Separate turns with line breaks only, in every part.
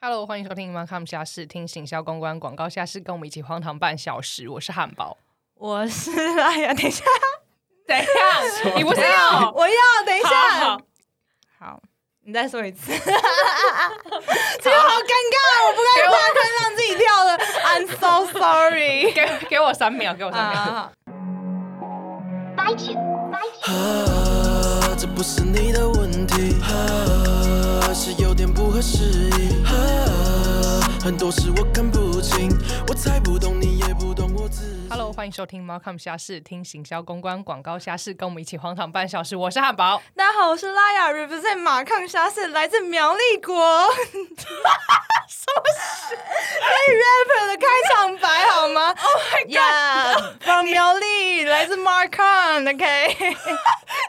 Hello，欢迎收听 m a c o m 虾事，听行销公关广告虾事，跟我们一起荒唐半小时。我是汉堡，
我是 哎呀，等一下，
怎 样？你啊不是要？
我要等一下，
好
好你再说一次，这个好尴尬，我不该夸张让自己跳的，I'm so sorry。
给给我三秒，给我三秒。
啊，
啊，这不是你的问题，啊，是有点不合时宜，啊，很多事我看不清，我猜不懂，你也不懂我自己。
Hello，欢迎收听 m a c o m 虾事，听行销公关广告虾事，跟我们一起荒唐半小时。我是汉堡，
大家好，我是拉雅，represent 马抗沙是来自苗栗国。什么 是 rapper 的开场白好吗？Oh my god，from 苗栗，来自 Marcon，OK。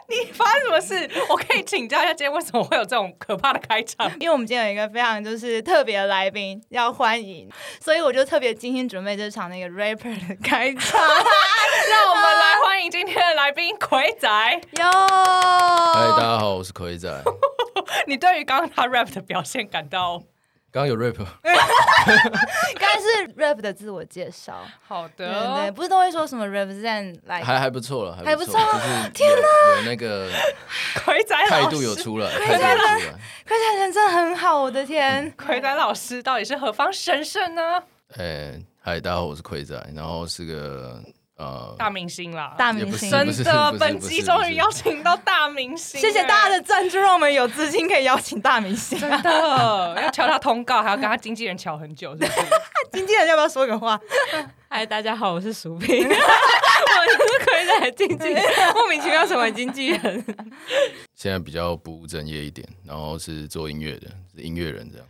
你发生什么事？我可以请教一下，今天为什么会有这种可怕的开场？
因为我们今天有一个非常就是特别的来宾要欢迎，所以我就特别精心准备这场那个 rapper 的 开场。
让我们来欢迎今天的来宾葵仔。
嗨，
哎
大
哟，
家好，我是葵仔。
你对于刚刚他 rap 的表现感到
刚刚有 rap，
刚才是 rap 的自我介绍，
好
对对
嗯
对，不是都会说什么 represent 来、
还还不错了，
还
还
不
不
错
错，就是天哪，有那个
葵仔老师
态度有出来，态度有出来。
快点人真的很好，我的 天，
葵仔老师到底是何方神圣呢？
哎，嗨，大家好，我是葵仔，然后是个呃，
大明星啦，
大
也
明
不
星
是。
真
不是
的
不，是
本
不
集
是
终
不
于
是
邀请到大明星，
谢谢大家的赞助，让我们有资金可以邀请大明 星。
哎。真的要敲他通告，还要跟他经纪人敲很久，是不是？
经纪人要不要说个话？
嗨，大家好，我是薯饼，我是葵仔经纪人，莫名其妙成为经纪人。
现在比较不务正业一点，然后是做音乐的，是音乐人这样。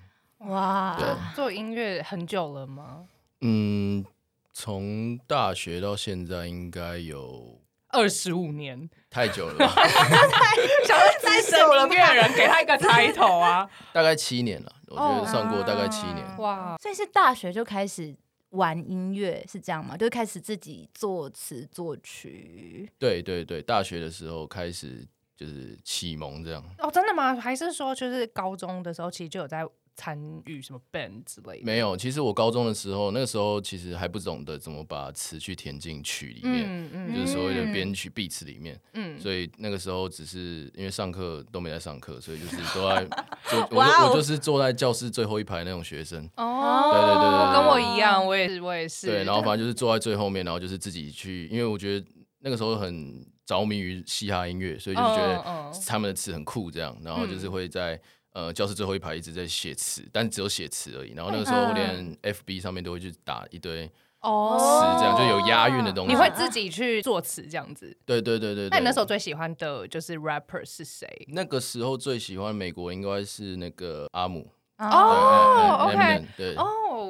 哇，
对，
做音乐很久了吗？
嗯，从大学到现在应该有
二十五年，
太久了吧，
想 要资深音乐人，给他一个 title 啊！
大概七年了，我觉
哦
得算过大概七年。
哇，
所以是大学就开始玩音乐，是这样吗？就开始自己作词作曲。
对对对，大学的时候开始就是启蒙这样。
哦，真的吗？还是说就是高中的时候，其实就有在参与什么 band 之类的？
没有，其实我高中的时候，那个时候其实还不懂得怎么把词去填进曲里面，
嗯
就
嗯
是所谓的编曲 beats 里面。
嗯，
所以那个时候只是因为上课都没在上课，所以就是都 在就我
哇
就
哦
我就是坐在教室最后一排那种学生。
哦，
对对对对对啊
跟我一样，我也是，我也是。
对，然后反正就是坐在最后面，然后就是自己去，因为我觉得那个时候很着迷于嘻哈音乐，所以就是觉
嗯嗯
得
嗯
他们的词很酷，这样，然后就是会在。呃，教室最后一排一直在写词，但只有写词而已。然后那个时
嗯
候连 FB 上面都会去打一堆词，
哦
这样就有押韵的东西。
你会自己去作词这样子。
对对对对对。
那你那时候最喜欢的就是 rapper 是谁？
那个时候最喜欢美国应该是那个阿姆
哦
对
OK
Eminem，对，
哦，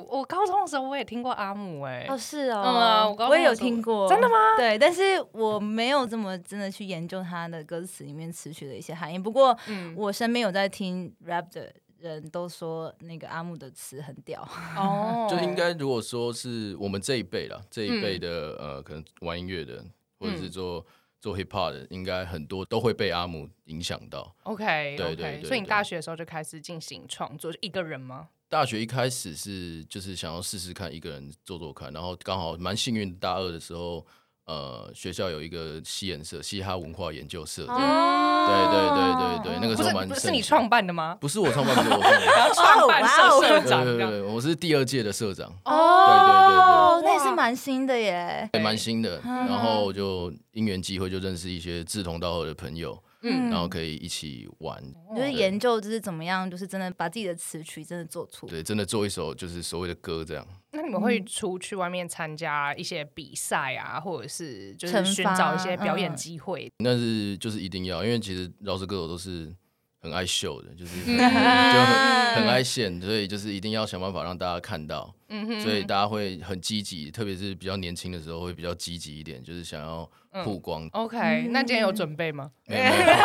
我高中的时候我也听过阿姆哎、
哦，是哦，
嗯啊我高中
也有
的时候
听过，
真的吗？
对，但是我没有这么真的去研究他的歌词里面词曲的一些含义。不过，
嗯
我身边有在听 rap 的人都说，那个阿木的词很 屌。
哦
就应该如果说是我们这一辈啦，这一辈的、
嗯
呃，可能玩音乐的或者是做、做 hip hop 的，应该很多都会被阿姆影响到。
OK
对
OK，
对对对
所以你大学的时候就开始进行创作，就一个人吗？
大学一开始是就是想要试试看一个人做做看，然后刚好蛮幸运，大二的时候，呃，学校有一个西研社，嘻哈文化研究
嗯
社，
哦
这样对对对对对，那个
不
时
是
候蛮
不是
盛行
是你创办的吗？
不是我创办，不是我创办
然后创办社
哦哇哦
社
对
长
对
这
对
样。
对，我是第二届的社长，
哦
哦，
那也是蛮新的耶。
也蛮新的。然后就因缘机会就认识一些志同道合的朋友，
嗯
然后可以一起玩。
就是研究，就是怎么样，就是真的把自己的词曲真的做出。
对，真的做一首就是所谓的歌这样。
那你们会出去外面参加一些比赛啊，或者是就是
惩
寻
罚
找一些表演
嗯
机会？
但是就是一定要，因为其实饶舌歌手都是很爱秀的，就是很
嗯
就很很爱现，所以就是一定要想办法让大家看到。所以大家会很积极，特别是比较年轻的时候会比较积极一点，就是想要曝光。
OK，、那今天有准备吗？
没有没有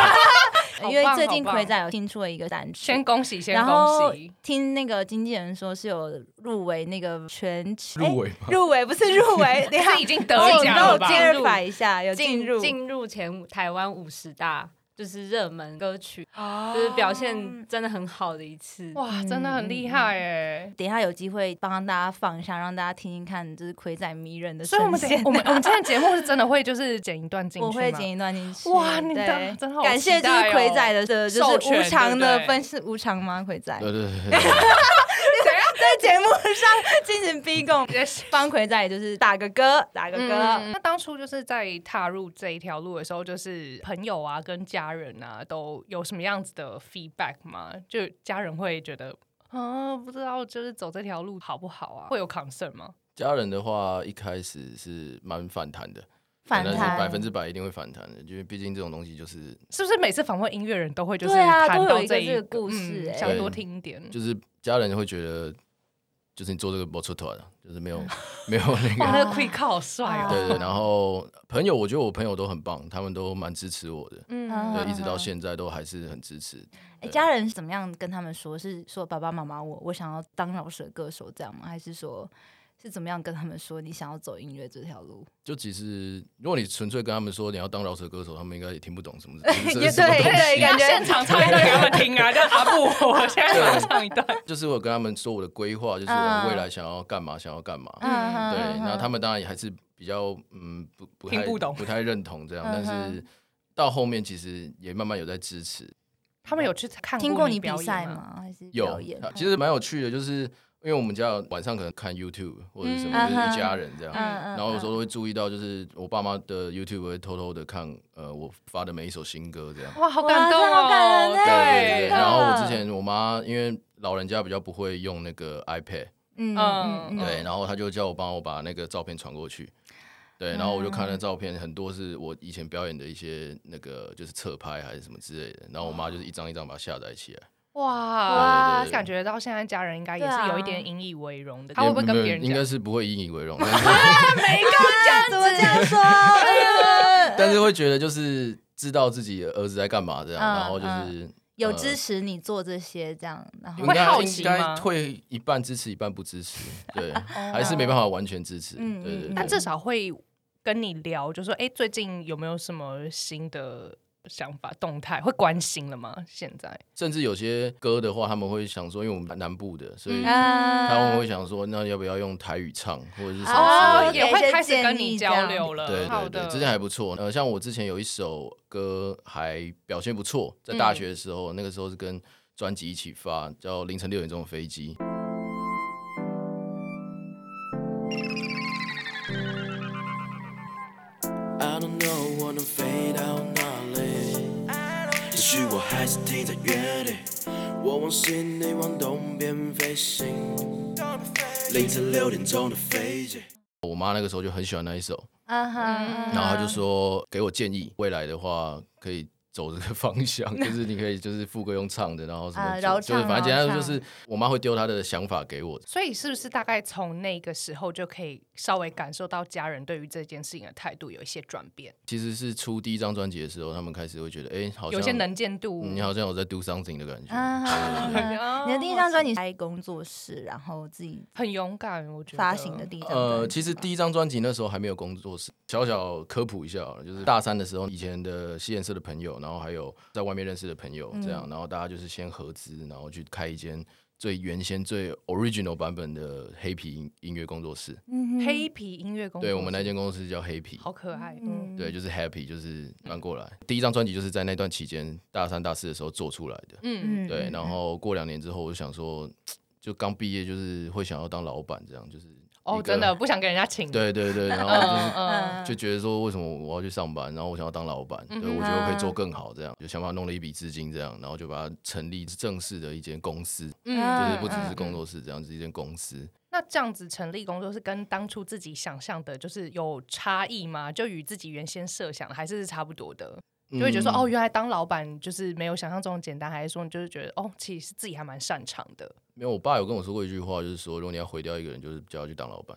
好
因为
棒
最
好
近
棒
葵仔有新出了一个单曲，
先恭喜，先
然后
恭喜！
听那个经纪人说是有入围那个全球
入围吗
诶入围不是入 围，等一下哦
是已经得奖了吧
呃有有接反一下，有进入
进入前五台湾五十大就是热门歌曲，
啊
就是表现真的很好的一次。
哇，真的很厉害哎！
等一下有机会帮大家放一下，让大家听听看，就是奎仔迷人的
所以
声
我们
线
剪。我们我们今天节目是真的会就是剪一段进去吗
我会剪一段进去。
哇你的
对
真好
感谢
期
就
待
是
哦
奎仔的的，就
授
是
权
无偿
对
的
不对
分是无偿吗？奎仔
对对对对，
在节目上进行逼 供，
也是。
帮奎仔就是打个歌，打个歌。
嗯，那当初就是在踏入这一条路的时候，就是朋友啊、跟家人啊，都有什么样子的 feedback 吗？就家人会觉得，啊，不知道，就是走这条路好不好啊？会有 concern 吗？
家人的话一开始是蛮反弹的，
反
但是
弹
百分之百一定会反弹的，因为毕竟这种东西就是
是不是每次访问音乐人都会就是
对啊
谈
都有
到
一个
这
这个故事
嗯
欸
想多听一点，
就是家人会觉得，就是你做这个不错团啊，就是没有 没有那
哇，
个。
那个 quick 好帅哦！
对对，然后朋友，我觉得我朋友都很棒，他们都蛮支持我的，
嗯
对，一直到现在都还是很支持。
哎，家人是怎么样跟他们说？是说爸爸妈妈我我想要当老师的歌手这样吗？还是说是怎么样跟他们说你想要走音乐这条路？
就其实，如果你纯粹跟他们说你要当饶舌歌手，他们应该也听不懂什 么这是
也
什么
对
东
对
西。
感
感
觉
觉现场唱一段给他们听啊，就阿布，我现在马上唱一段。
就是我跟他们说我的规划，就是
嗯
我未来想要干嘛，想要干嘛。
嗯
对，那他
们
们当然也还是比较嗯不不
听
太
不懂
太认同这样，
嗯
但
哼
是到后面其实也慢慢有在支持。
他们有去看
听过你比
表演
赛？吗？还是
有
表演？，嗯
啊其实蛮有趣的，就是因为我们家晚上可能看 YouTube 或者什么，
嗯
就是一家人这样。
嗯
然后有时候会注意到，就是我爸妈的 YouTube 会偷偷的看，呃，我发的每一首新歌这样。
哇，好感动
哇这好感
哦！
人欸
对对
真
对。
的
然后我之前我妈因为老人家比较不会用那个 iPad，
嗯
嗯嗯
对，然后她就叫我帮我把那个照片传过去。对，然后我就
嗯
看那照片，很多是我以前表演的一些那个就是侧拍还是什么之类的，然后我妈就是一张一张把它下载起来。
哇
对对对对
感觉到现在家人应该也
对
是
啊
有一点引以为荣的。他会不会
也
跟
没有
别人
应该
讲？
是不会引以为荣，但是
啊怎么这样说？哎呦
但是会觉得就是知道自己儿子在干嘛这样，
嗯
然后就是
有
呃
支持你做这些这样，然后
应
会
该
好奇
应
吗
该会一半支持一半不支持， 对，还是没办法完全支持，
嗯
对对
嗯
但
对。
至少会跟你聊，就说哎，最近有没有什么新的想法、动态？会关心了吗？现在
甚至有些歌的话，他们会想说，因为我们南部的，所以
嗯
他们
啊
会想说，那要不要用台语唱或者是什
哦
么之类
也
的？
给一
会
些
开始跟你
建议这样
交流了。
对
好
对
的
对，之前还不错。呃，像我之前有一首歌还表现不错，在大学的时候，那个时候是跟专辑一起发，叫《凌晨六点钟的飞机》。
I don't know 我能飞到哪里，也许我还是停在原地。我往西，你往东边飞行，凌晨六点钟的飞机。
我妈那个时候就很喜欢那一首，
啊哈，
嗯
然后她就说给我建议，未来的话可以走这个 方向，就是你可以就是副歌用唱的，然后什么
啊
就、
饶
就
唱
是反正简单
饶
说就
唱
是我妈会丢她的想法给我，
所以是不是大概从那个时候就可以稍微感受到家人对于这件事情的态度有一些转变，
其实是出第一张专辑的时候，他们开始会觉得，哎、好像
有些能见度？
嗯你好像有在 do something 的感觉。
啊哈。
啊
你的第一张专辑开工作室，然后自己
很勇敢，我觉得
发行的第一张
呃，
专
其
辑
实第一张专辑那时候还没有工作室，小小科普一下好了，就是大三的时候，以前的西研社的朋友，然后还有在外面认识的朋友，这样，然后大家就是先合资，然后去开一间最原先最 original 版本的黑皮音音乐工作室。
黑皮音乐公司，
对我们那间公司叫黑皮，
好可爱，嗯，
对，就是 happy，就是翻过来。第一张专辑就是在那段期间，大三大四的时候做出来的。
嗯，
对，然后过两年之后，我就想说，就刚毕业就是会想要当老板这样，就是一
哦，
个
真的不想给人家请，
对对对，然
嗯，
后就是
嗯
就觉得说为什么我要去上班，然后我想要当老板，对我觉得我可以做更好，这样就想办法弄了一笔资金，这样然后就把它成立正式的一间公司，就
嗯，
是不只是工作室这样，是一间公司。
那这样子成立工作室跟当初自己想象的，就是有差异吗？就与自己原先设想的还是差不多的，就会觉得
嗯
说，哦，原来当老板就是没有想象中简单，还是说你就是觉得，哦，其实自己还蛮擅长的，
没有，我爸有跟我说过一句话，就是说，如果你要毁掉一个人，就是叫他去当老板。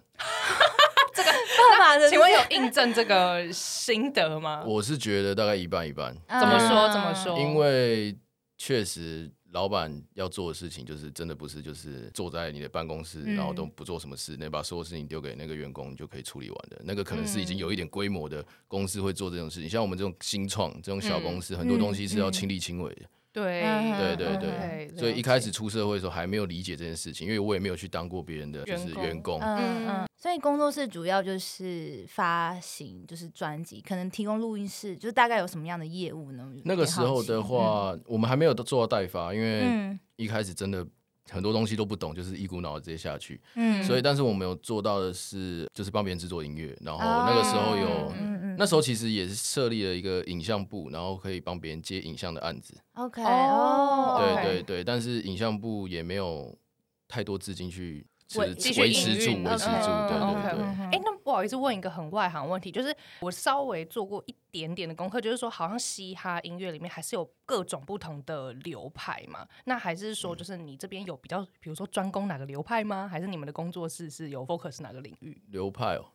干嘛 的？
请问有印证这个心得吗？
我是觉得大概一半一半，
怎么
嗯
说？怎么说？
因为确实。老板要做的事情，就是真的不是就是坐在你的办公室，然后都不做什么事，那把所有事情丢给那个员工你就可以处理完的。那个可能是已经有一点规模的公司会做这种事情，像我们这种新创这种小公司，很多东西是要亲力亲为的。
对
对
嗯
对
对
对，
了
所以一开始出社会的时候还没有理解这件事情，因为我也没有去当过别人的就是
员工
员工。
嗯
嗯
嗯，所以工作室主要就是发行，就是专辑，可能提供录音室，就是大概有什么样的业务呢？
那个时候的话，我们还没有做到代发，因为
嗯，
一开始真的很多东西都不懂，就是一股脑直接下去。
嗯嗯，
所
以
以，但是我们有做到的是，就是帮别人制作音乐。然后哦那个时候有，
哦嗯嗯
那时候其实也是设立了一个影像部，然后可以帮别人接影像的案子。
，OK，
哦
哦，
对
OK
对对，但是影像部也没有太多资金去持
维继
续
维持
营
住，
运
维持住。
嗯
对
嗯
对
嗯
对。
哎、那不好意思问一个很外行的问题，就是我稍微做过一点点的功课，就是说好像嘻哈音乐里面还是有各种不同的流派嘛。那还是说，就是你这边有比较，比如说专攻哪个流派吗？还是你们的工作室是有 focus 哪个领域？
流派哦，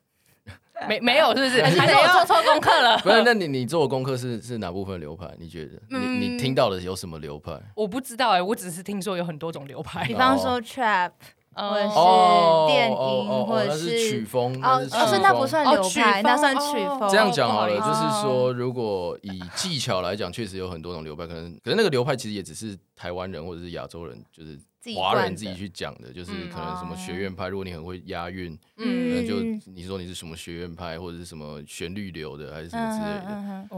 没没有，是不是？还是
没有
我做错功课 了？
不是？那你你做的功课是是哪部分流派？你觉得你
嗯
你听到的有什么流派？
我不知道哎、我只是听说有很多种流派
比。方说 trap，
哦
或者是
哦
电
哦哦
影
哦
或者
那是曲风，
哦，
曲
哦所以那
风
不算
哦
流
曲
派，那
风
算
哦
曲
哦
风。
这样讲
不好
好了，
意思
哦
就是说，如果以技巧来讲，确实有很多种流派，可能可能那个流派其实也只是台湾人或者是亚洲人，就是
自己
华
惯
人
的哦
自己去讲的，就是
嗯
可能什么学院派，如果你很会押韵，可
嗯
能就
嗯
你说你是什么学院派或者是什么旋律流的，还是什么
嗯
之
哼
类的。
嗯哼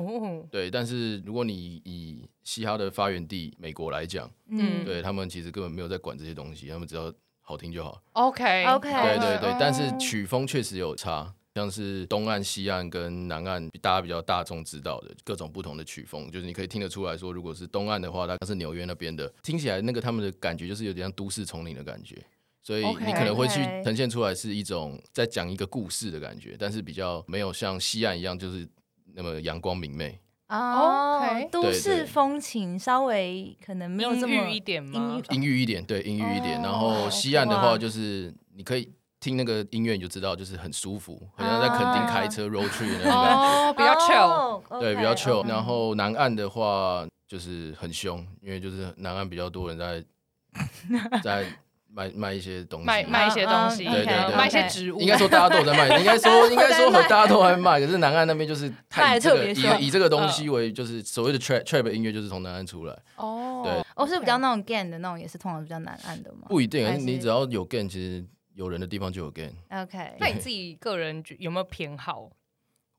哦，
对，但是如果你以嘻哈的发源地美国来讲，
嗯
对他们其实根本没有在管这些东西，他们只要好听就好。
OK
OK
对对对
嗯，
但是曲风确实有差，像是东岸、西岸跟南岸，大家比较大众知道的各种不同的曲风，就是你可以听得出来说，如果是东岸的话，它是纽约那边的，听起来那个他们的感觉就是有点像都市丛林的感觉。所以
OK，
你可能会去
OK
呈现出来是一种在讲一个故事的感觉，但是比较没有像西岸一样就是那么阳光明媚。
哦
OK，
都
对
市
对
风情稍微可能没有这
阴
么
郁一点
阴
吗
郁？
阴郁一点，对，阴郁一点。
哦
然后西岸的
哇
话，就是你可以听那个音乐，你就知道就是很舒服，好
啊
像在垦丁开车 road trip 那种感觉，
哦， 比较 chill。
哦
对，
，OK，
比较 chill。
OK
然后南岸的话，就是很凶，因为就是南岸比较多 人在在卖卖一些东西，
卖卖一些东西，
嗯对对对
卖一些植物，
应该说大家都有在 卖，应该说应该说
都在卖
大家都在卖，可是南岸那边就是
卖
太
得
以这
特
个
别
以
凶
以这个东
嗯
西为就是所谓的 trap trap 音乐就是从南岸出来，
哦，
对，
哦，是比较那种 gain 的那种，也是通常比较难按的嘛。
不一定
还，是
你只要有 gain，其实有人的地方就有 gain。
OK，
那你自己个人觉有没有偏好？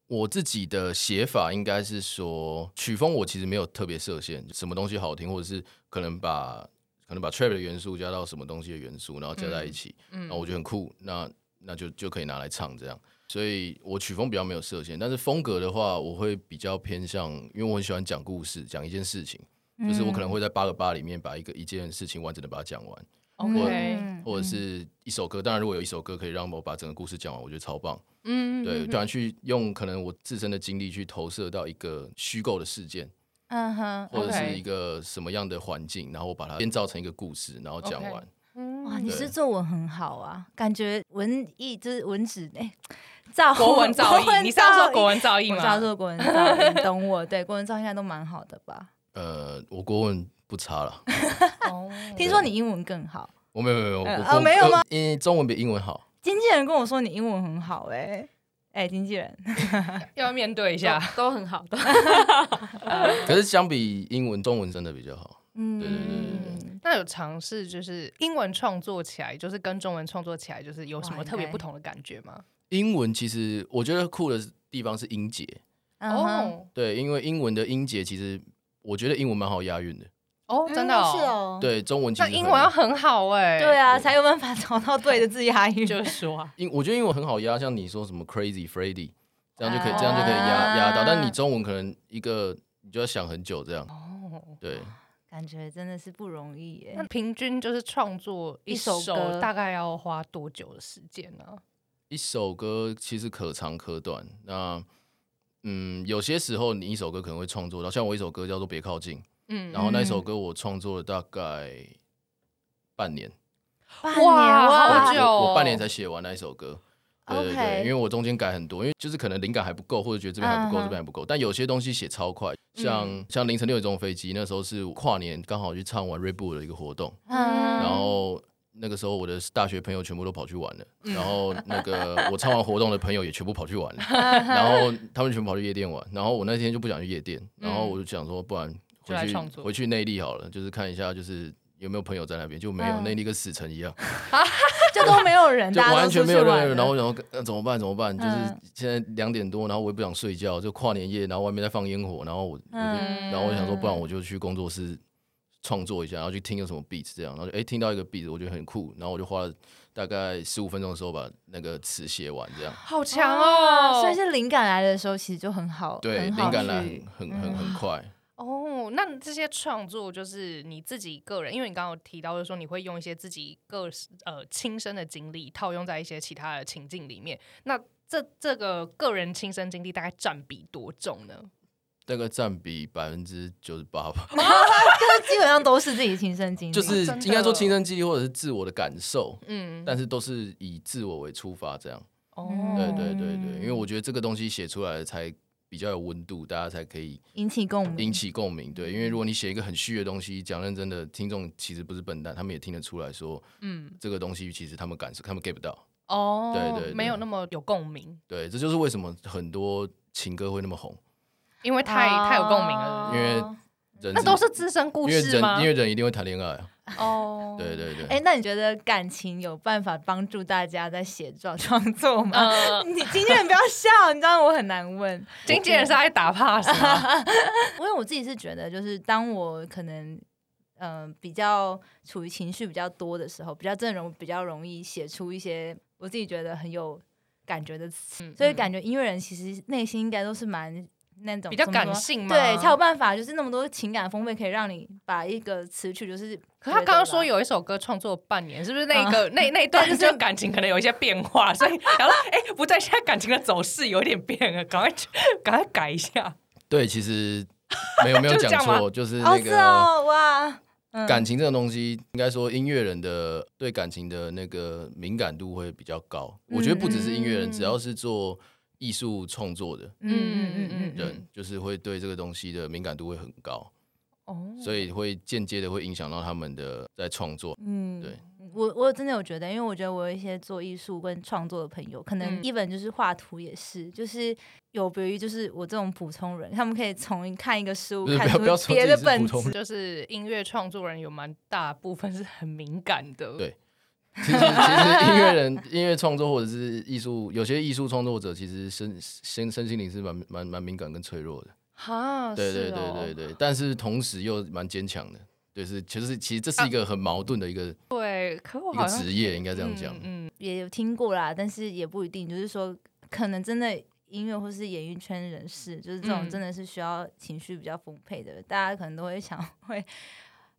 我自己的写法应该是说，曲风我其实没有特别设限，什么东西好听，或者是可能把可能把 trap 的元素加到什么东西的元素，然后加在一起，然后我觉得很酷，那那就就可以拿来唱这样。所以我曲风比较没有设限，但是风格的话，我会比较偏向，因为我很喜欢讲故事，讲一件事情，就是我可能会在八个八里面把一个一件事情完整的把它讲完，
OK，
嗯
或者是一首歌。当然，如果有一首歌可以让我把整个故事讲完，我觉得超棒。
嗯，
对，转去用可能我自身的经历去投射到一个虚构的事件，
嗯哼，
或者
OK
是一个什么样的环境，然后我把它编造成一个故事，然后讲
OK
完。
哇，你是
对
作文很好啊，感觉文艺就是文字哎，造
国文造
国
诣，你是要说国文造诣
我
吗？
知道说国文造诣，你懂我对国文造诣应该都蛮好的吧？
呃，我国文不差了，
哦
听说你英文更好，
我没有没有没有，我
呃
国
哦没有吗？
呃因为中文比英文好。
经纪人跟我说你英文很好哎。 哎，经纪人，
要面对一下，
都很好 的。
可是相比英文，中文真的比较好。
嗯，
对对对
对
那有尝试就是英文创作起来，就是跟中文创作起来，就是有什么特别不同的感觉吗？
英文其实我觉得酷的地方是音节，
哦，
哦
对，因为英文的音节其实我觉得英文蛮好押韵的，
哦，真的
是，哦，
对，中文其
那
实
英
很
文要很好哎，
对，啊，才有办法找到对的字押 韵，
就是说 啊，
英，我觉得英文很好压，像你说什么 crazy Freddy，这样就可以，
啊
这样就可以压压到。但你中文可能一个你就要想很久这样。
哦，
对，
感觉真的是不容易欸耶
那。平均就是创作一
一首
首
歌
大概要花多久的时间呢？
一首歌其实可长可短。那嗯，有些时候你一首歌可能会创作到，像我一首歌叫做《别靠近》，
嗯
然后那一首歌我创作了大概半年，
半
哇
年
好
哇
久，
我我半年才写完那一首歌。对对对，因为
哦 OK，
我中间改很多，因为就是可能灵感还不够，或者觉得这边还不够
嗯哼嗯
这边还不够。但有些东西写超快，像、像凌晨六点钟的飞机，那时候是跨年刚好去唱完 r e b o o 的一个活动，然
嗯，
后那个时候我的大学朋友全部都跑去玩了，
嗯
然后那个我唱完活动的朋友也全部跑去玩了，
嗯
然后他们全部跑去夜店玩，然后我那天就不想去夜店，然
嗯
后我就想说，不然
就来
回去
创作
回去内地好了，就是看一下就是。有没有朋友在那边？就没有，
嗯
内地跟死城一样，
就都没有人，
就
大家
完
都
全
出
没
去
有
玩
人。
了。
然后我想说，呃怎么办？怎么办？就是
嗯
现在两点多，然后我也不想睡觉，就跨年夜，然后外面在放烟火，然后我我
嗯
就嗯然后我想说，不然我就去工作室创作一下，然后去听有什么 beat 这样，然后就哎、诶听到一个 beat，我觉得很酷，然后我就花了大概十五分钟的时候把那个词写完，这样
好强
啊
哦！
所以是灵感来的时候，其实就很好，
对，
很
灵
好
感来
去嗯
很很很很快。
哦，那这些创作就是你自己个人，因为你刚刚有提到，就是说你会用一些自己个呃亲身的经历套用在一些其他的情境里面。那这这个个人亲身经历大概占比多重呢？
大概占比百分之九十八吧，
哦就是基本上都是自己亲身经历，
就是
真的
应该说亲身经历或者是自我的感受，
嗯，
但是都是以自我为出发这样。
哦，
对
嗯
对对对，因为我觉得这个东西写出来才比较有温度，大家才可以
引起共鸣
嗯
引。起共鸣。对，因为如果你写一个很虚的东西，讲认真的，听众其实不是笨蛋，他们也听得出来说
嗯，
这个东西其实他们感受，他们 get 不到。
哦，
对对对
没有那么有共鸣，
对，这就是为什么很多情歌会那么红，
因为太、
哦啊
太有共鸣了。
因为人
那都是自身故
因为
事
人
吗
因？为人一定会谈恋爱啊。
哦，
对对对，
哎，那你觉得感情有办法帮助大家在写作创作吗？
呃，
你经纪人不要笑，你知道我很难问，
经纪人是爱打 pass 吗？
因为我自己是觉得，就是当我可能。嗯、比较处于情绪比较多的时候，比较阵容比较容易写出一些我自己觉得很有感觉的
嗯
词，所以感觉音乐人其实内心应该都是蛮那种
比较
怎么
感
说
性吗？
对，才有办法，就是那么多情感风味，可以让你把一个词曲就是。
可他刚刚说，有一首歌创作半年，是不是那
嗯
个、那 那一段就是感情可能有一些变化，所以然后哎、不对，现在感情的走势有点变了，赶快去赶快改一下。
对，其实没有没有
就这
讲
样吗
错，就是
哦
那
是
个。
哦，哇，嗯
感情这种东西，应该说音乐人的对感情的那个敏感度会比较高。我觉得不只是音乐人，
嗯
只要是做艺术创作的
嗯嗯嗯嗯嗯，
人，就是会对这个东西的敏感度会很高，
嗯
哦，
所以会间接的会影响到他们的在创作。
嗯
对，
我我真的有觉得，因为我觉得我有一些做艺术跟创作的朋友，可能
嗯
even 就是画图也是，就是有别于就是我这种普通人，他们可以从看一个事物
不是
看
不要不要
出
说
别的
自己是
本
普
质
通人。
就是音乐创作人有蛮大部分是很敏感的，
对 其实，其实音乐人、音乐创作或者是艺术，有些艺术创作者其实身身身心灵是蛮蛮蛮敏感跟脆弱的。
哈，
对对
是
对
哦
对对，但是同时又蛮坚强的。对，是，其实其实这是一个很矛盾的一个、
对，可我
一个
好像
职业，应该这样讲。
嗯，嗯
也有听过啦，但是也不一定，就是说可能真的音乐或是演艺圈人士，就是这种
嗯
真的是需要情绪比较丰沛的，大家可能都会想 会。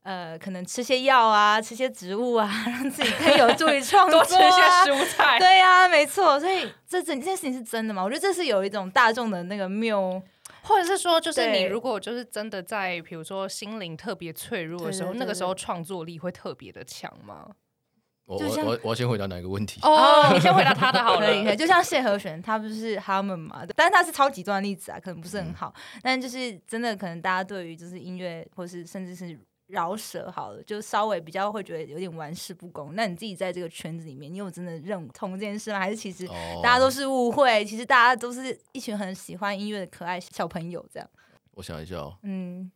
呃，可能吃些药啊，吃些植物啊， 让自己更有助于创作、
多
啊。
吃一些蔬菜，
对呀、啊，没错。所以这整件事情是真的嘛？我觉得这是有一种大众的那个谬。
或者是说，就是你
对
如果就是真的在比如说心灵特别脆弱的时候，
对对对
那个时候
对
创作力会特别的强吗？
我
就
我
像
我我要先回答哪个问题？
哦，你先回答他的好了
可以，可以，就像谢和弦，他不是他们嘛，但是他是超极端的例子啊，可能不是很好，但就是真的可能大家对于就是音乐或是甚至是饶舌好了，就稍微比较会觉得有点玩世不恭。那你自己在这个圈子里面，你有真的认同这件事吗？还是其实
哦
大家都是误会？其实大家都是一群很喜欢音乐的可爱小朋友这样。
我想一下哦，
嗯，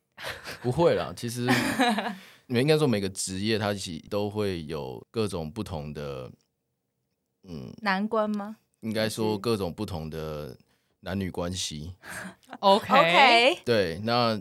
不会啦，其 实你们应该说每个职业它其实都会有各种不同的，嗯，
难关吗
应该说各种不同的男女关系。
，OK
？OK，
对，那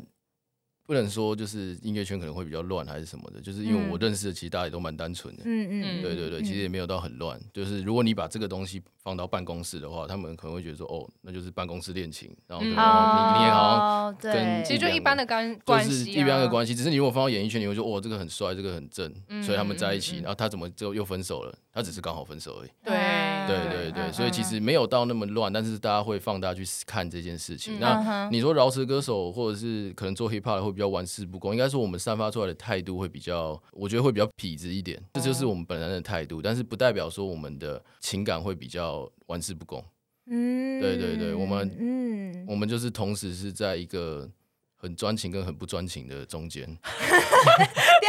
不能说就是音乐圈可能会比较乱还是什么的，就是因为
嗯
我认识的其实大家也都蛮单纯的。
嗯嗯，
对对对，
嗯
其实也没有到很乱，就是如果你把这个东西放到办公室的话，他们可能会觉得说，哦，那就是办公室恋情，然后可
嗯
能、哦你你也好像
哦对，
跟
其实就一般的关
就
关系、
是
啊，
一般的关系。只是你如果放到演艺圈，你会说哦，这个很帅，这个很正，
嗯
所以他们在一
嗯
起。
嗯
然后他怎么就又分手了？他只是刚好分手而已。
对，
啊
对对对，所以其实没有到那么乱，但是大家会放大去看这件事
嗯
情。那你说饶舌歌手或者是可能做 hip hop 会比较玩世不恭，应该说我们散发出来的态度会比较，我觉得会比较痞子一点，这就是
嗯
我们本来的态度，但是不代表说我们的情感会比较玩世不恭。
嗯，
对对对我们
嗯，
我们就是同时是在一个很专情跟很不专情的中间。
对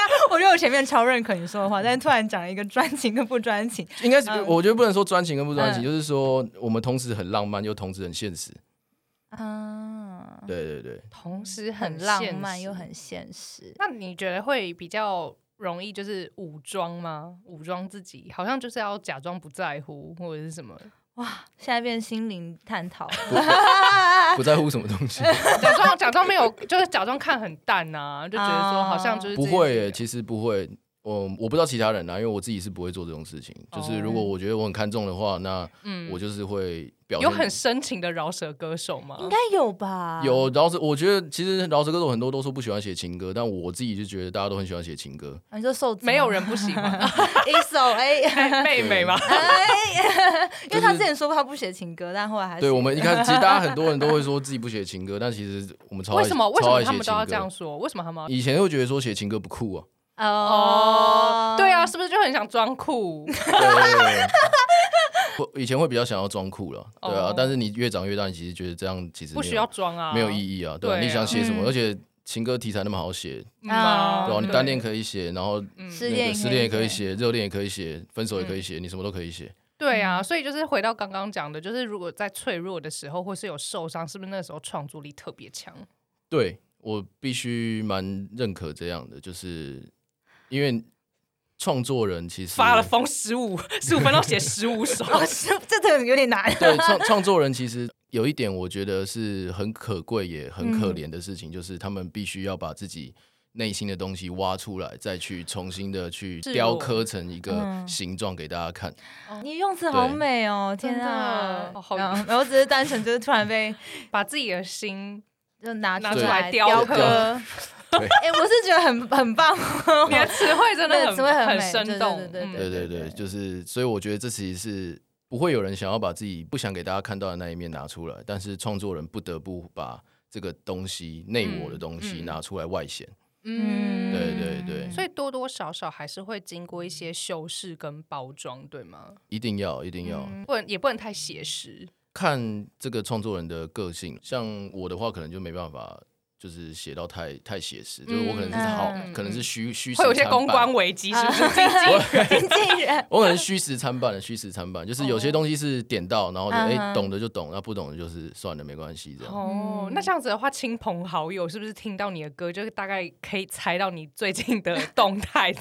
啊，我觉得我前面超认可你说的话，但是突然讲了一个专情跟不专情，
应该是、
嗯
我觉得不能说专情跟不专情，
嗯
就是说我们同时很浪漫又同时很现实。
啊，
对 对对，
同时
很浪
浪
漫
漫
又很现实。
那你觉得会比较容易就是武装吗？武装自己，好像就是要假装不在乎或者是什么，
哇，现在变心灵探讨，
不在乎什么东西，
假装假装没有，就是假装看很淡呐、就觉得说好像就是
啊不
这件
会
事
耶，其实不会。我我不知道其他人啦，啊因为我自己是不会做这种事情。就是
哦
如果我觉得我很看重的话，那我就是会表现
嗯有很深情的饶舌歌手吗？
应该有吧？
有饶舌。我觉得其实饶舌歌手很多都说不喜欢写情歌，但我自己就觉得大家都很喜欢写情歌。
啊，你说瘦子吗
没 有人不喜欢
一首 哎，
妹妹吗？
因为他之前说过他不写情歌，但后来还是
对我们一 开始，其实大家很多人都会说自己不写情歌，但其实我们超爱
为什么为什
超
么
爱写
他们都要
情
这样
歌。
说？为什么他们要？
以前会觉得说写情歌不酷啊，
哦
哦，，对啊，，是不是就很想装 酷？
对， 我以前会比较想要装酷了，对啊
哦
但是你越长越大，你其实觉得这样其实
不
没有
需要装啊，
没有意义啊，对
对
啊，
啊
你想写什么？
嗯
而且情歌题材那么好写，
嗯啊
对吧、
哦
你单恋可以写，然后
嗯
失
那
恋
个失恋也可以
以，
写，热恋也可以写，分手也可以写，你什么都可以写。
对啊，所以就是回到刚刚讲的，就是如果在脆弱的时候，或是有受伤，是不是那时候创作力特别强？
对我必须蛮认可这样的，就是因为创作人其实
发了疯十五十五分钟写十五首，
哦，是这个有点难，
对创创作人其实有一点，我觉得是很可贵也很可怜的事
嗯
情，就是他们必须要把自己内心的东西挖出来，再去重新的去
制
雕
作
刻成一个
嗯
形状给大家看。
哦你用词好美哦，
对
天啊
真！的好
然后我只是单纯就是突然被
把自己的心，
就拿
拿
出
出来
来
雕
刻。
刻 对
哎，我是觉得很很 棒，
你的词汇真的
对
很
词汇很
很
美
生动，
对对
嗯
对对对，就是所以我觉得这其实是不会有人想要把自己不想给大家看到的那一面拿出来，但是创作人不得不把这个东西内我的东西
嗯嗯
拿出来外显。
嗯
对对对，
所以多多少少还是会经过一些修饰跟包装，对吗？
一定要一定要。
不能也不能太写实，
看这个创作人的个性，像我的话，可能就没办法，就是写到太太写实，就是我可能是好，
嗯
可能是虚虚实
会有一些
参
公
半
关，危机，是不 是？经济
啊 经 纪人
我可能虚实参半的，虚实参半，就是有
哦
些东西是点到，然后就
嗯
哎、
哼
懂的就懂，那不懂的就是算了，没关系这样。
哦，那这样子的话，亲朋好友是不是听到你的歌，就是大概可以猜到你最近的动 态，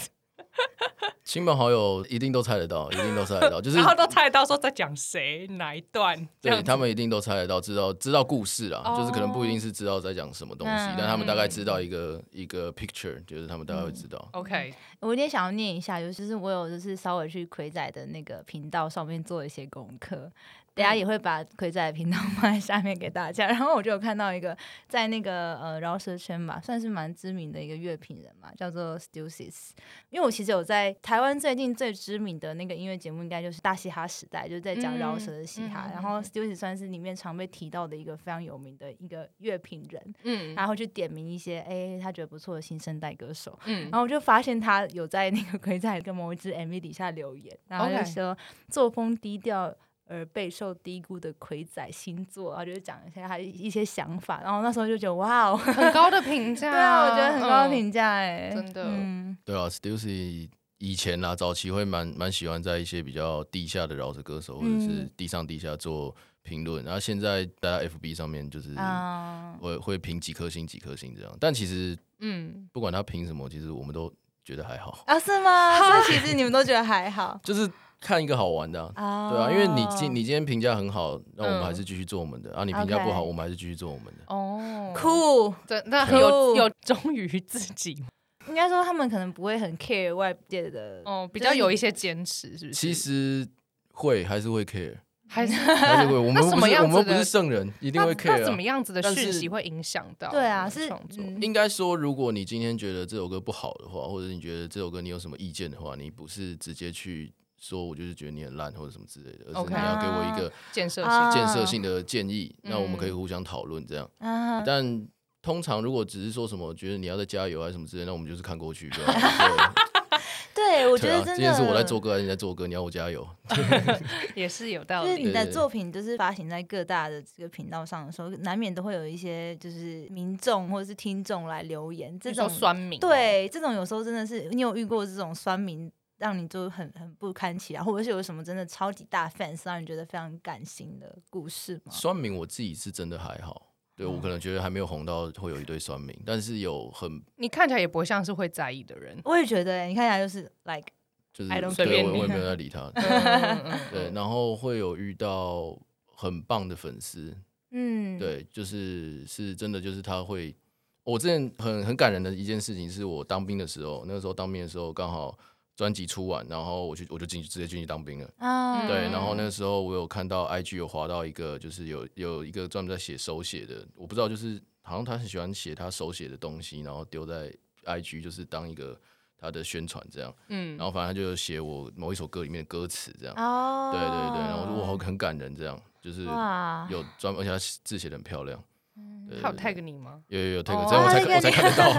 亲朋好友一定都猜得到，一定都猜得到，就是
然后都猜到说在讲谁哪一段？这
对
样子
他们一定都猜得到，知道知道故事啦，
哦
就是可能不一定是知道在讲什么东西，
嗯
但他们大概知道一个一个 picture，就是他们大概会知
嗯
道。
OK，
我有点想要念一下，尤其是我有就是稍微去葵仔的那个频道上面做一些功课，等
嗯
下也会把葵仔的频道 放在下面给大家。然后我就有看到一个在那个呃饶舌圈吧，算是蛮知名的一个乐评人嘛，叫做 Stussys。因为我其实有在台湾最近最知名的那个音乐节目，应该就是大嘻哈时代，就是在讲饶舌的嘻哈。
嗯嗯嗯
然后 Stussys 算是里面常被提到的一个非常有名的一个乐评人，
嗯
然后去点名一些哎、他觉得不错的新生代歌手。
嗯
然，后我就发现他有在那个 鬼仔跟某一支 MV 底下留言，然后他就
OK
说作风低调而备受低估的鬼仔星座，然后就是讲一下他一些想法，然后那时候就觉得哇哦，
很高的评价，
对啊，我觉得很高的
嗯
评价哎，
真的
嗯
对啊，Stussy 以前啦，早期会蛮蛮喜欢在一些比较地下的饶舌歌手或者是
嗯
地上地下做评论，然后现在大家 FB 上面就是
啊，
会会评几颗星几颗星这样，但其实
嗯，
不管他评什么，其实我们都觉得还好，
啊是 吗？所以其实你们都觉得还好
就是看一个好玩的啊、
啊，
对啊，因为你今你今天评价很好，那我们
哦嗯
还是继续做我们的、啊。你评价
OK
不好，我们还是继续做我们的。
哦，
酷。
真那
酷
有有忠于自己，
应该说他们可能不会很 care 外界的，
哦，比较有一些坚持，是不是？
其实会还是 会 care，
还 是
还是会。我们
那
又
什
不
么
是
样
我
子的
们又不是圣人，一定
那
会
那
care
怎
啊
么。样子的
但
讯
是
息会影响到
对啊，
你的
是
创作，
嗯
应该说，如果你今天觉得这首歌不好的话，或者你觉得这首歌你有什么意见的话，你不是直接去说我就是觉得你很烂或者什么之类的，而是
OK
你要给我一个
建设
啊
性，
建设性的建议，那我们
嗯
可以互相讨论这样。
啊，
但通常如果只是说什么觉得你要再加油啊什么之类的，那我们就是看过去。对 吧
对，我
对
觉
对啊
得，真的，
今天是我在做歌，还是你在做歌，你要我加油。
也是有道
就是
理。
你的
对对
作品，就是发行在各大的这个频道上的时候，难免都会有一些就是民众或者是听众来留言，这
你说
种
酸民，，哦
哦
对这种有时候真的是，你有遇过这种酸民让你就很很不堪其扰，或者是有什么真的超级大 fans 让你觉得非常感心的故事吗？
酸民我自己是真的还好，对我可能觉得还没有红到会有一堆酸民，但是有很
你看起来也不会像是会在意的人。
我也觉得、欸你看起来就是 like
就是
I don't
对
care
我我也没有在理 他。
嗯 嗯
对，然后会有遇到很棒的粉丝，
嗯，
对，就是是真的，就是他会。我之前很很感人的一件事情，是我当兵的时候，那个时候当兵的时候刚好专辑出完，然后我去我就进去直接进去当兵了。
啊，
对，
嗯
然后那时候我有看到 IG 有滑到一个，就是有有一个专门在写手写的，我不知道，就是好像他很喜欢写他手写的东西，然后丢在 IG 就是当一个他的宣传这样。
嗯
然后反正他就有写我某一首歌里面的歌词这样。
哦，
对对对，然后我就
哦
哇，很感人这样，就是
哇，
有专门，而且他字写的很漂亮。对
他有
对
tag 你吗？
有有有 tag，
哦
这样我才
他
我才
tag
看得到。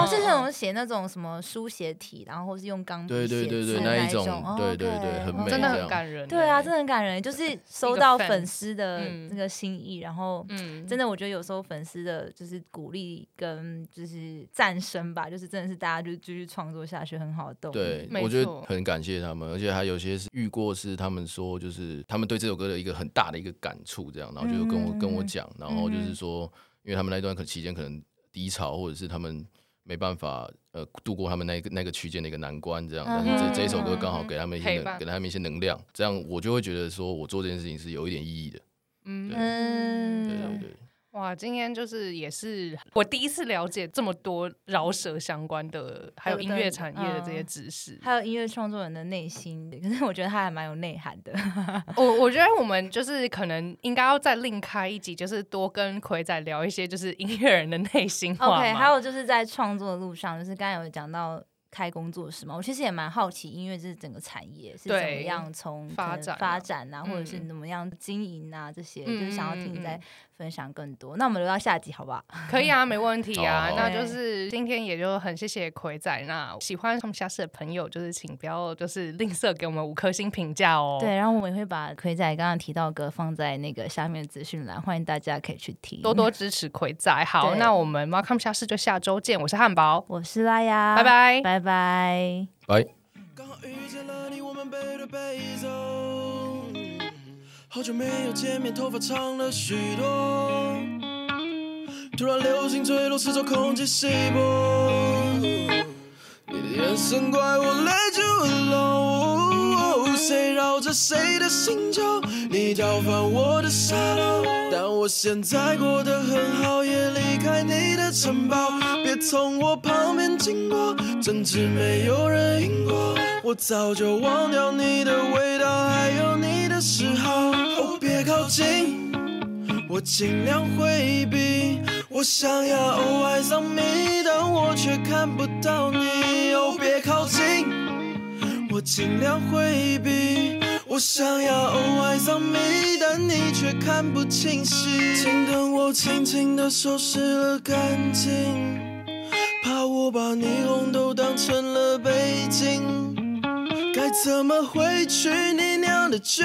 哦，是 那种写那种什么书写体，然后或是用钢笔
对对
写
对对
字
那一
一
种对对
OK
对很
哦
美
真的
这
很
样
感人。欸
对啊，真的很感人，就是收
个
到
fan
粉丝的
嗯
那个心意，然后
嗯
真的，我觉得有时候粉丝的就是鼓励跟就是赞声吧，就是真的是大家就继续创作下去很好的动力。
对，
没
我觉得
错
很感谢他们，而且还有些是遇过是他们说，就是他们对这首歌的一个很大的一个感触，这样，然后就跟我、跟我讲，然后就是说，因为他们那段可期间可能低潮，或者是他们没办法呃度过他们那个那个区间的一个难关，这样，但是
嗯
这这一首歌刚好给他们一些
陪
能
伴
给他们一些能量，这样我就会觉得说我做这件事情是有一点意义的，
嗯，
对
嗯
对，对。
哇，今天就是也是我第一次了解这么多饶舌相关的，还有音乐产业的这些知识。
还有音乐创作人的内心，可是我觉得他还蛮有内涵的。
我我觉得我们就是可能应该要再另开一集，就是多跟葵仔聊一些就是音乐人的内心话
OK，
嘛
还有就是在创作的路上，就是刚才有讲到开工作室嘛，我其实也蛮好奇音乐这整个产业是怎么
对
样从
发
可能
展啊
发展啊，或者是
嗯
怎么样经营啊这些，
嗯
就是想要
嗯
听你
嗯
再分享更多。那我们留到下集好不好？
可以啊，没问题啊。
好好
那就是今天也就很谢谢葵仔，那喜欢他们下事的朋友，就是请不要就是吝啬给我们五颗星评价哦。
对，，然后我们也会把葵仔刚刚提到的歌放在那个下面的资讯栏，欢迎大家可以去听。
多，多支持葵仔。好，
对
那我们 Welcome 下事就下周见。我是汉堡，
我是拉雅，
拜拜。
拜拜。
刚好遇见了你，我们背对背走。好久没有见面，头发长了许多。突然流星坠落，四周空气稀薄。你的眼神怪我 let you alone，谁绕着谁的星球？你跳翻我的沙漏，但我现在过得很好，也离开你的城堡。别从我旁边经过，争执没有人赢过。我早就忘掉你的味道，还有你的嗜好。哦，别靠近。我尽量回避。我想要哦爱上你，但我却看不到你。哦，别靠近，我尽量回避。我想要哦爱上你，但你却看不清晰。请等我轻轻地收拾了干净，怕我把霓虹都当成了背景。该怎么回去你酿的酒？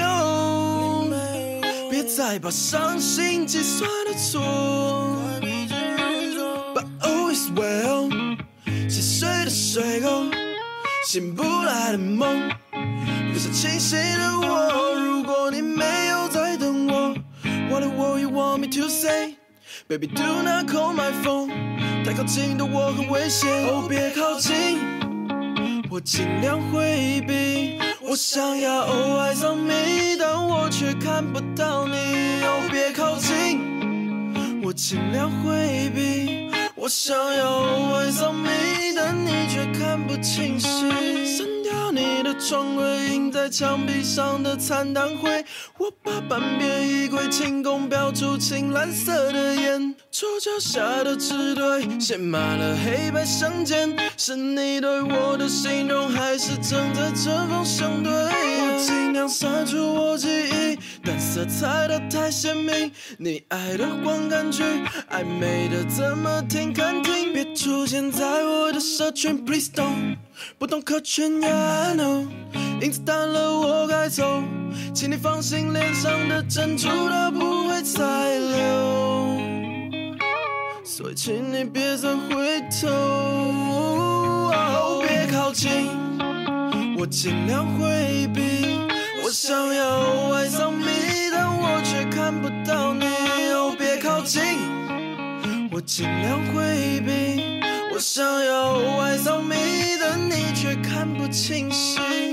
别再把伤心计算的错，把 always well 细碎的水沟，醒不来的梦，留下清醒的我。如果你没有在等我，What the world you want me to say? Baby, do not call my phone. 太靠近的我很危险，哦，别靠近。我尽量回避。我想要偶爱上你，但我却看不到你。哦，别靠近，我尽量回避。我想要偶爱上你，但你却看不清晰。删掉你的床会印在墙壁上的惨淡灰。我把半边衣柜清空，标出青蓝色的烟。桌角下的纸堆写满了黑白相间，是你对我的心动，还是正在针锋相对？我尽量删除我记忆，但色彩都太鲜明。你爱的光感觉，暧昧的怎么听看听？别出现在我的社群，Please don't，不懂客群，Yeah I know，影子淡了我该走，请你放心，脸上的珍珠它不会再流，所以请你别再回头，哦别靠近。我尽量回避。我想要爱上你，但我却看不到你，哦，别靠近。我尽量回避。我想要爱上你，但你却看不清晰。